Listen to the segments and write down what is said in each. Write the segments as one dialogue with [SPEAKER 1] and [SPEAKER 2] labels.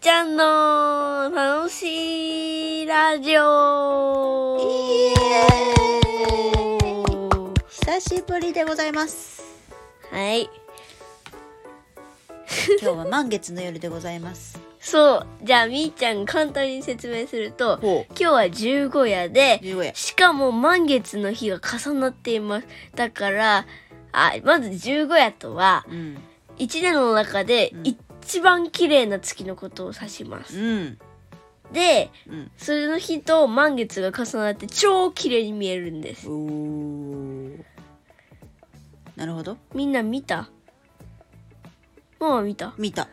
[SPEAKER 1] ちゃんの楽しいラジオ
[SPEAKER 2] イエ久しぶりでございます。
[SPEAKER 1] はい。
[SPEAKER 2] 今日は満月の夜でございます。
[SPEAKER 1] そう。じゃあ、みーちゃん簡単に説明すると、
[SPEAKER 2] ほ
[SPEAKER 1] 今日は十五夜で、
[SPEAKER 2] 十五夜
[SPEAKER 1] しかも満月の日が重なっています。だから、あまず十五夜とは、
[SPEAKER 2] う。うん。
[SPEAKER 1] 一年の中で
[SPEAKER 2] うん
[SPEAKER 1] 一番綺麗な月のことを指します。
[SPEAKER 2] うん。
[SPEAKER 1] で、
[SPEAKER 2] うん。
[SPEAKER 1] それの日と満月が重なって超綺麗に見えるんです。
[SPEAKER 2] おーなるほど。
[SPEAKER 1] みんな見たママ見た
[SPEAKER 2] 見た。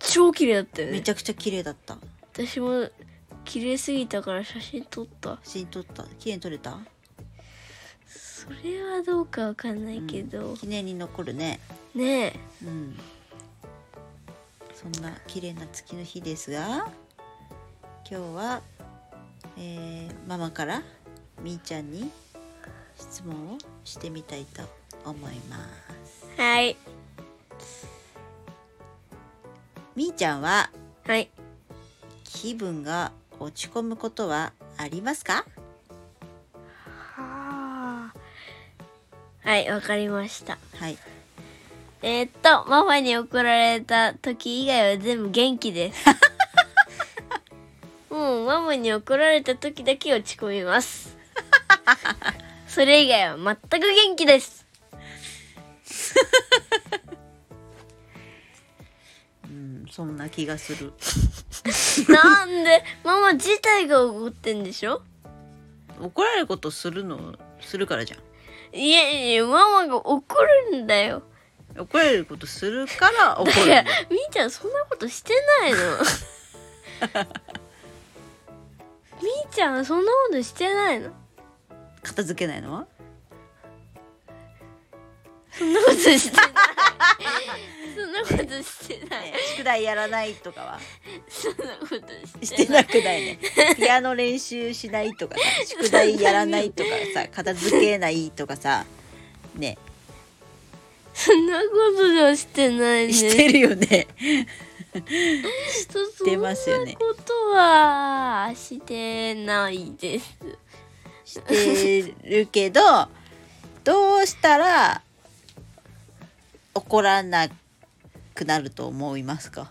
[SPEAKER 1] 超綺麗だったよ
[SPEAKER 2] め
[SPEAKER 1] ね
[SPEAKER 2] ち。ゃくちゃ綺麗だった。
[SPEAKER 1] 私も綺麗すぎたから写真撮った。
[SPEAKER 2] 写真撮った。綺麗に撮れた
[SPEAKER 1] それはどうかわかんないけど、
[SPEAKER 2] 記念に残るね。
[SPEAKER 1] ねえ
[SPEAKER 2] うん。そんな綺麗な月の日ですが、今日は、えーママからみーちゃんに質問をしてみたいと思います。
[SPEAKER 1] はい
[SPEAKER 2] みーちゃんは
[SPEAKER 1] はい
[SPEAKER 2] 気分が落ち込むことはありますか
[SPEAKER 1] はいわかりました
[SPEAKER 2] はい
[SPEAKER 1] えー、っとママに怒られた時以外は全部元気 ですもうママに怒られた時だけ落ち込みますそれ以外は全く元気です
[SPEAKER 2] うんそんな気がする
[SPEAKER 1] なんでママ自体が怒ってんでしょ
[SPEAKER 2] 怒られることするのするからじゃ
[SPEAKER 1] いやいやママが怒るんだよ
[SPEAKER 2] ん怒られることするから怒
[SPEAKER 1] だか
[SPEAKER 2] るん
[SPEAKER 1] ら
[SPEAKER 2] だ
[SPEAKER 1] みーちゃんそんなことしてないのみーちゃんはそんなことしてないの
[SPEAKER 2] 片付けないのは
[SPEAKER 1] そんなことしてないそんなことして ない
[SPEAKER 2] 宿題やらないとかは
[SPEAKER 1] そんなこと
[SPEAKER 2] し
[SPEAKER 1] しててな
[SPEAKER 2] ないくないね ピアノ練習しないとか さ宿題やらないとかさ片付けないとかさね
[SPEAKER 1] そんなことじゃしてないね
[SPEAKER 2] してるよ ね
[SPEAKER 1] 人そ
[SPEAKER 2] てますよね
[SPEAKER 1] んなことはしてないです
[SPEAKER 2] してるけどどうしたら怒らなくなると思いますか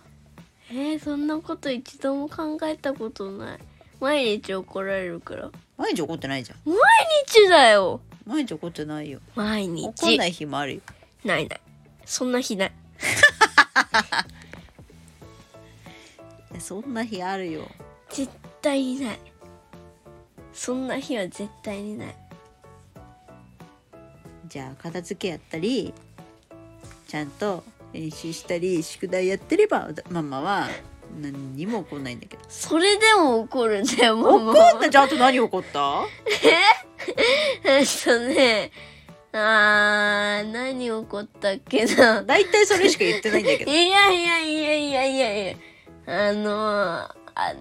[SPEAKER 1] えー、そんなこと一度も考えたことない毎日怒られるから
[SPEAKER 2] 毎日怒ってないじゃん
[SPEAKER 1] 毎日だよ
[SPEAKER 2] 毎日怒ってないよ
[SPEAKER 1] 毎日
[SPEAKER 2] 怒んない日もあるよ
[SPEAKER 1] ないないそんな日ない
[SPEAKER 2] そんな日あるよ
[SPEAKER 1] 絶対にないそんな日は絶対にない
[SPEAKER 2] じゃあ片付けやったりちゃんと練習したり宿題やってればママは何にも怒んないんだけ ど
[SPEAKER 1] それでも怒るんだよママ
[SPEAKER 2] 怒ったじゃああと何怒った
[SPEAKER 1] えっとねあー何起こったっけな
[SPEAKER 2] 大体それしか言ってないんだけ
[SPEAKER 1] い
[SPEAKER 2] ど
[SPEAKER 1] やいやいやいやいやいやあのー、あの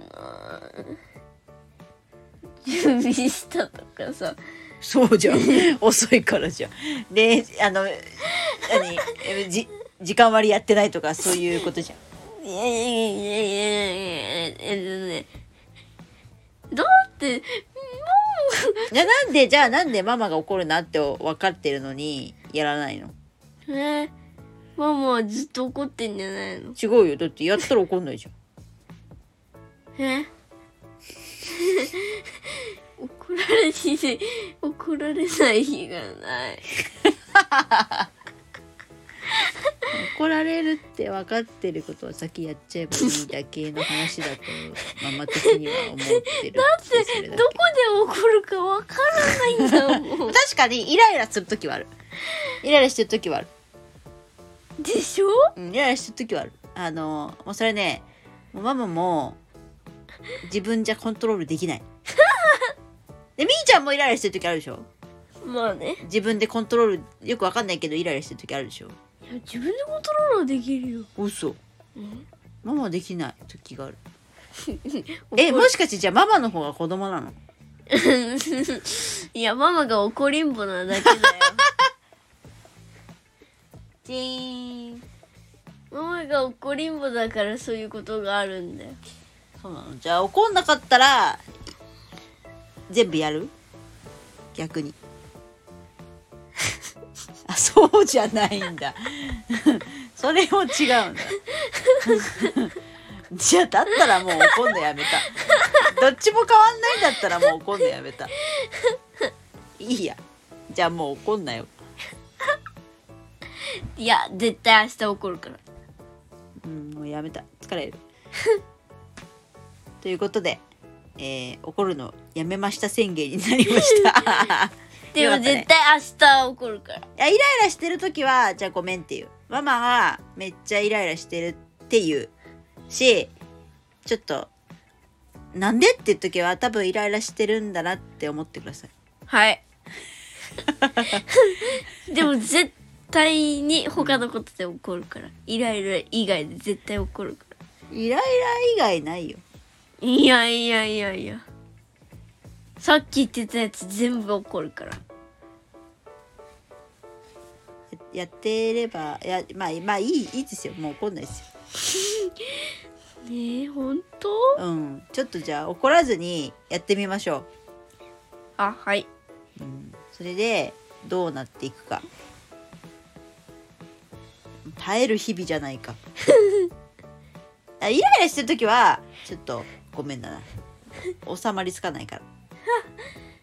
[SPEAKER 1] ー、準備したとかさ
[SPEAKER 2] そうじゃん 遅いからじゃんであの何えじ時間割りやってないとかそういうこと じゃん
[SPEAKER 1] いやいやいやいやいやいやえっとねだって
[SPEAKER 2] じゃあなんでじゃあなんでママが怒るなって分かってるのにやらないの
[SPEAKER 1] えー、ママはずっと怒ってんじゃないの
[SPEAKER 2] 違うよだってやったら怒んないじゃん
[SPEAKER 1] え怒られて怒られない日がない
[SPEAKER 2] 怒られるって分かってることは先やっちゃえばいいだけの話だとママ的には思ってるだって
[SPEAKER 1] どこで怒るかわからないんだもん
[SPEAKER 2] 確かにイライラする時はあるイライラしてる時はある、
[SPEAKER 1] でしょ
[SPEAKER 2] うん、イライラしてる時はあるあのもうそれねもうママも自分じゃコントロールでき ないでみーちゃんもイライラしてる時あるでしょ
[SPEAKER 1] まあね
[SPEAKER 2] 自分でコントロールよく分かんないけどイライラしてる時あるでしょ
[SPEAKER 1] いや自分でコントロールはできるよ
[SPEAKER 2] 嘘
[SPEAKER 1] うん
[SPEAKER 2] ママできない時があるえもしかしてじゃあママの方が子供なの
[SPEAKER 1] いやママが怒りんぼ なだけだよジーンママが怒りんぼだからそういうことがあるんだよ
[SPEAKER 2] そうなのじゃあ怒んなかったら全部やる逆に あそうじゃないんだ それも違うんだ じゃあだったらもう怒んのやめたどっちも変わんないんだったらもう怒んのやめたいいやじゃあもう怒んなよ
[SPEAKER 1] いや絶対明日怒るから
[SPEAKER 2] うんもうやめた疲れる ということで、えー怒るのやめました宣言になりました
[SPEAKER 1] で
[SPEAKER 2] よか
[SPEAKER 1] も
[SPEAKER 2] ったね
[SPEAKER 1] 絶対明日怒るから
[SPEAKER 2] いやイライラしてる時はじゃあごめんっていうママはめっちゃイライラしてるっていうしちょっとなんでっていう時は多分イライラしてるんだなって思ってください
[SPEAKER 1] はい でも絶対に他のことで怒るからイライラ以外で絶対怒るから
[SPEAKER 2] イライラ以外ないよ
[SPEAKER 1] いやいやいやいやさっき言ってたやつ全部怒るから
[SPEAKER 2] やってればいやまあまあいいいいですよもう怒んないですよ
[SPEAKER 1] ねえ本当
[SPEAKER 2] うんちょっとじゃあ怒らずにやってみましょう
[SPEAKER 1] あはい
[SPEAKER 2] それでどうなっていくか耐える日々じゃないかあイライラしてる時はちょっとごめんだな収まりつかないから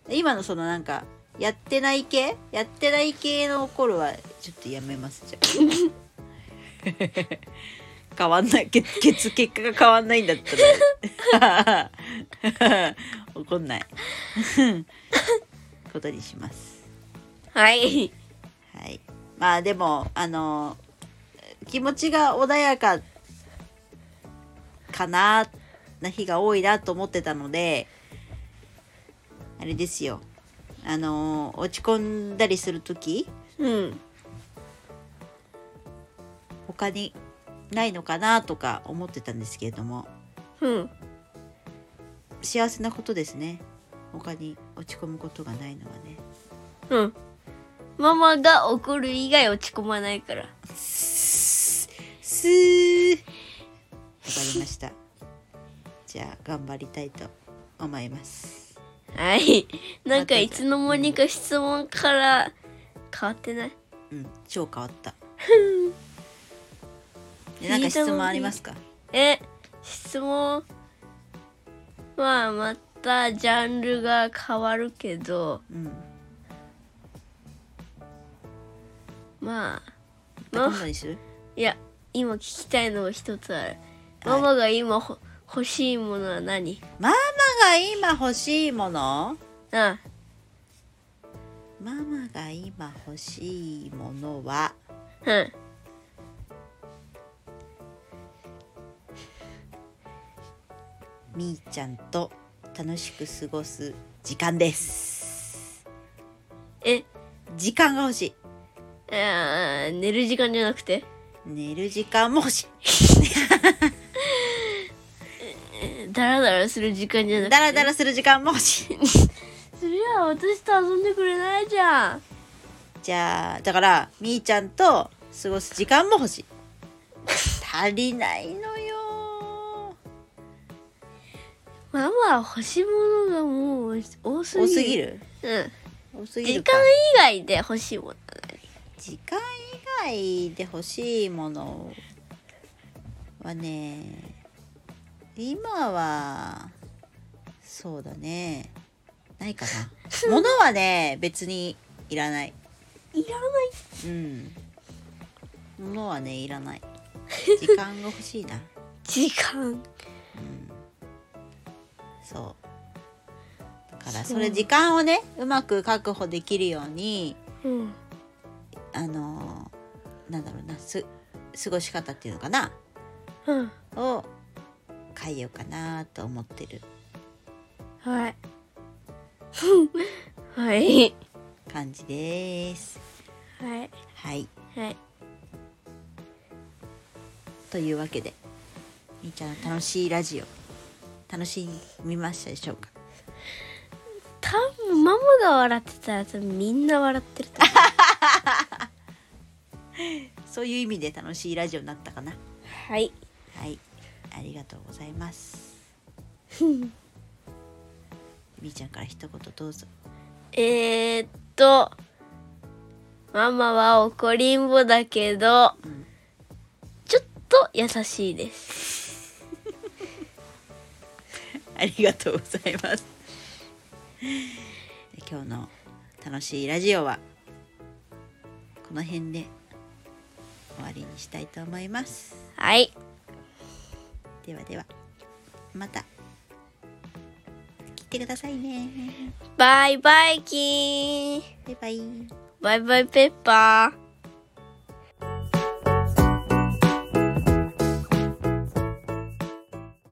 [SPEAKER 2] 今のそのなんかやってない系やってない系の怒るはちょっとやめますじゃあ変わんない結結結果が変わんないんだったら 怒んないことにします
[SPEAKER 1] はい
[SPEAKER 2] はい、まあでもあの気持ちが穏やかかなな日が多いなと思ってたのであれですよあの落ち込んだりする時
[SPEAKER 1] うん
[SPEAKER 2] 他にないのかなとか思ってたんですけれども
[SPEAKER 1] うん
[SPEAKER 2] 幸せなことですね他に落ち込むことがないのはね
[SPEAKER 1] うんママが怒る以外落ち込まないから
[SPEAKER 2] すすーわかりましたじゃあ頑張りたいと思います
[SPEAKER 1] はいなんかいつの間にか質問から変わってない
[SPEAKER 2] うん超変わったでなんか質問ありますか
[SPEAKER 1] え質問まあまたジャンルが変わるけど
[SPEAKER 2] うん
[SPEAKER 1] まあ
[SPEAKER 2] また今度にする
[SPEAKER 1] いや今聞きたいのが一つあるママが今ほ欲しいものは何
[SPEAKER 2] ママが今欲しいもの
[SPEAKER 1] あ
[SPEAKER 2] ママが今欲しいものは
[SPEAKER 1] うん
[SPEAKER 2] みーちゃんと楽しく過ごす時間です
[SPEAKER 1] え
[SPEAKER 2] 時間が欲しい
[SPEAKER 1] あー寝る時間じゃなくて
[SPEAKER 2] 寝る時間も 欲しい
[SPEAKER 1] えダラダラする時間じゃなくて
[SPEAKER 2] ダラダラする時間も欲しい
[SPEAKER 1] そりゃ私と遊んでくれないじゃん
[SPEAKER 2] じゃあだからみーちゃんと過ごす時間も 欲しい足りないのよ
[SPEAKER 1] ママは欲しいものがもう多すぎる
[SPEAKER 2] 多すぎる
[SPEAKER 1] うん
[SPEAKER 2] 多すぎ
[SPEAKER 1] 時
[SPEAKER 2] るか
[SPEAKER 1] 間以外で欲しいものは何
[SPEAKER 2] 時間以外で欲しいものはね今はそうだねないかな物はね別にいらない
[SPEAKER 1] いらない
[SPEAKER 2] うん物はねいらない時間が欲しいな
[SPEAKER 1] 時間
[SPEAKER 2] そうだか
[SPEAKER 1] そ
[SPEAKER 2] ら
[SPEAKER 1] う
[SPEAKER 2] それ時間をねうまく確保できるように
[SPEAKER 1] うん
[SPEAKER 2] あのーなんだろうなす過ごし方っていうのかな
[SPEAKER 1] うん
[SPEAKER 2] を変えようかなと思ってる
[SPEAKER 1] はいはい
[SPEAKER 2] 感じです。
[SPEAKER 1] はい
[SPEAKER 2] はい
[SPEAKER 1] はい
[SPEAKER 2] というわけでみーちゃんの楽しいラジオ楽しみましたでしょうか
[SPEAKER 1] 多分ママが笑ってたら多分みんな笑ってると思う
[SPEAKER 2] そそういう意味で楽しいラジオになったかな
[SPEAKER 1] はい
[SPEAKER 2] はいありがとうございますみーちゃんから一言どうぞ
[SPEAKER 1] えー、っとママは怒りんぼだけど、
[SPEAKER 2] ん
[SPEAKER 1] ちょっと優しいです
[SPEAKER 2] ありがとうございます。 で今日の楽しいラジオはこの辺で終わりにしたいと思います。
[SPEAKER 1] はい
[SPEAKER 2] ではではまた来てくださいね。
[SPEAKER 1] バイバイキーン
[SPEAKER 2] バイバイ。
[SPEAKER 1] バイバイペッパー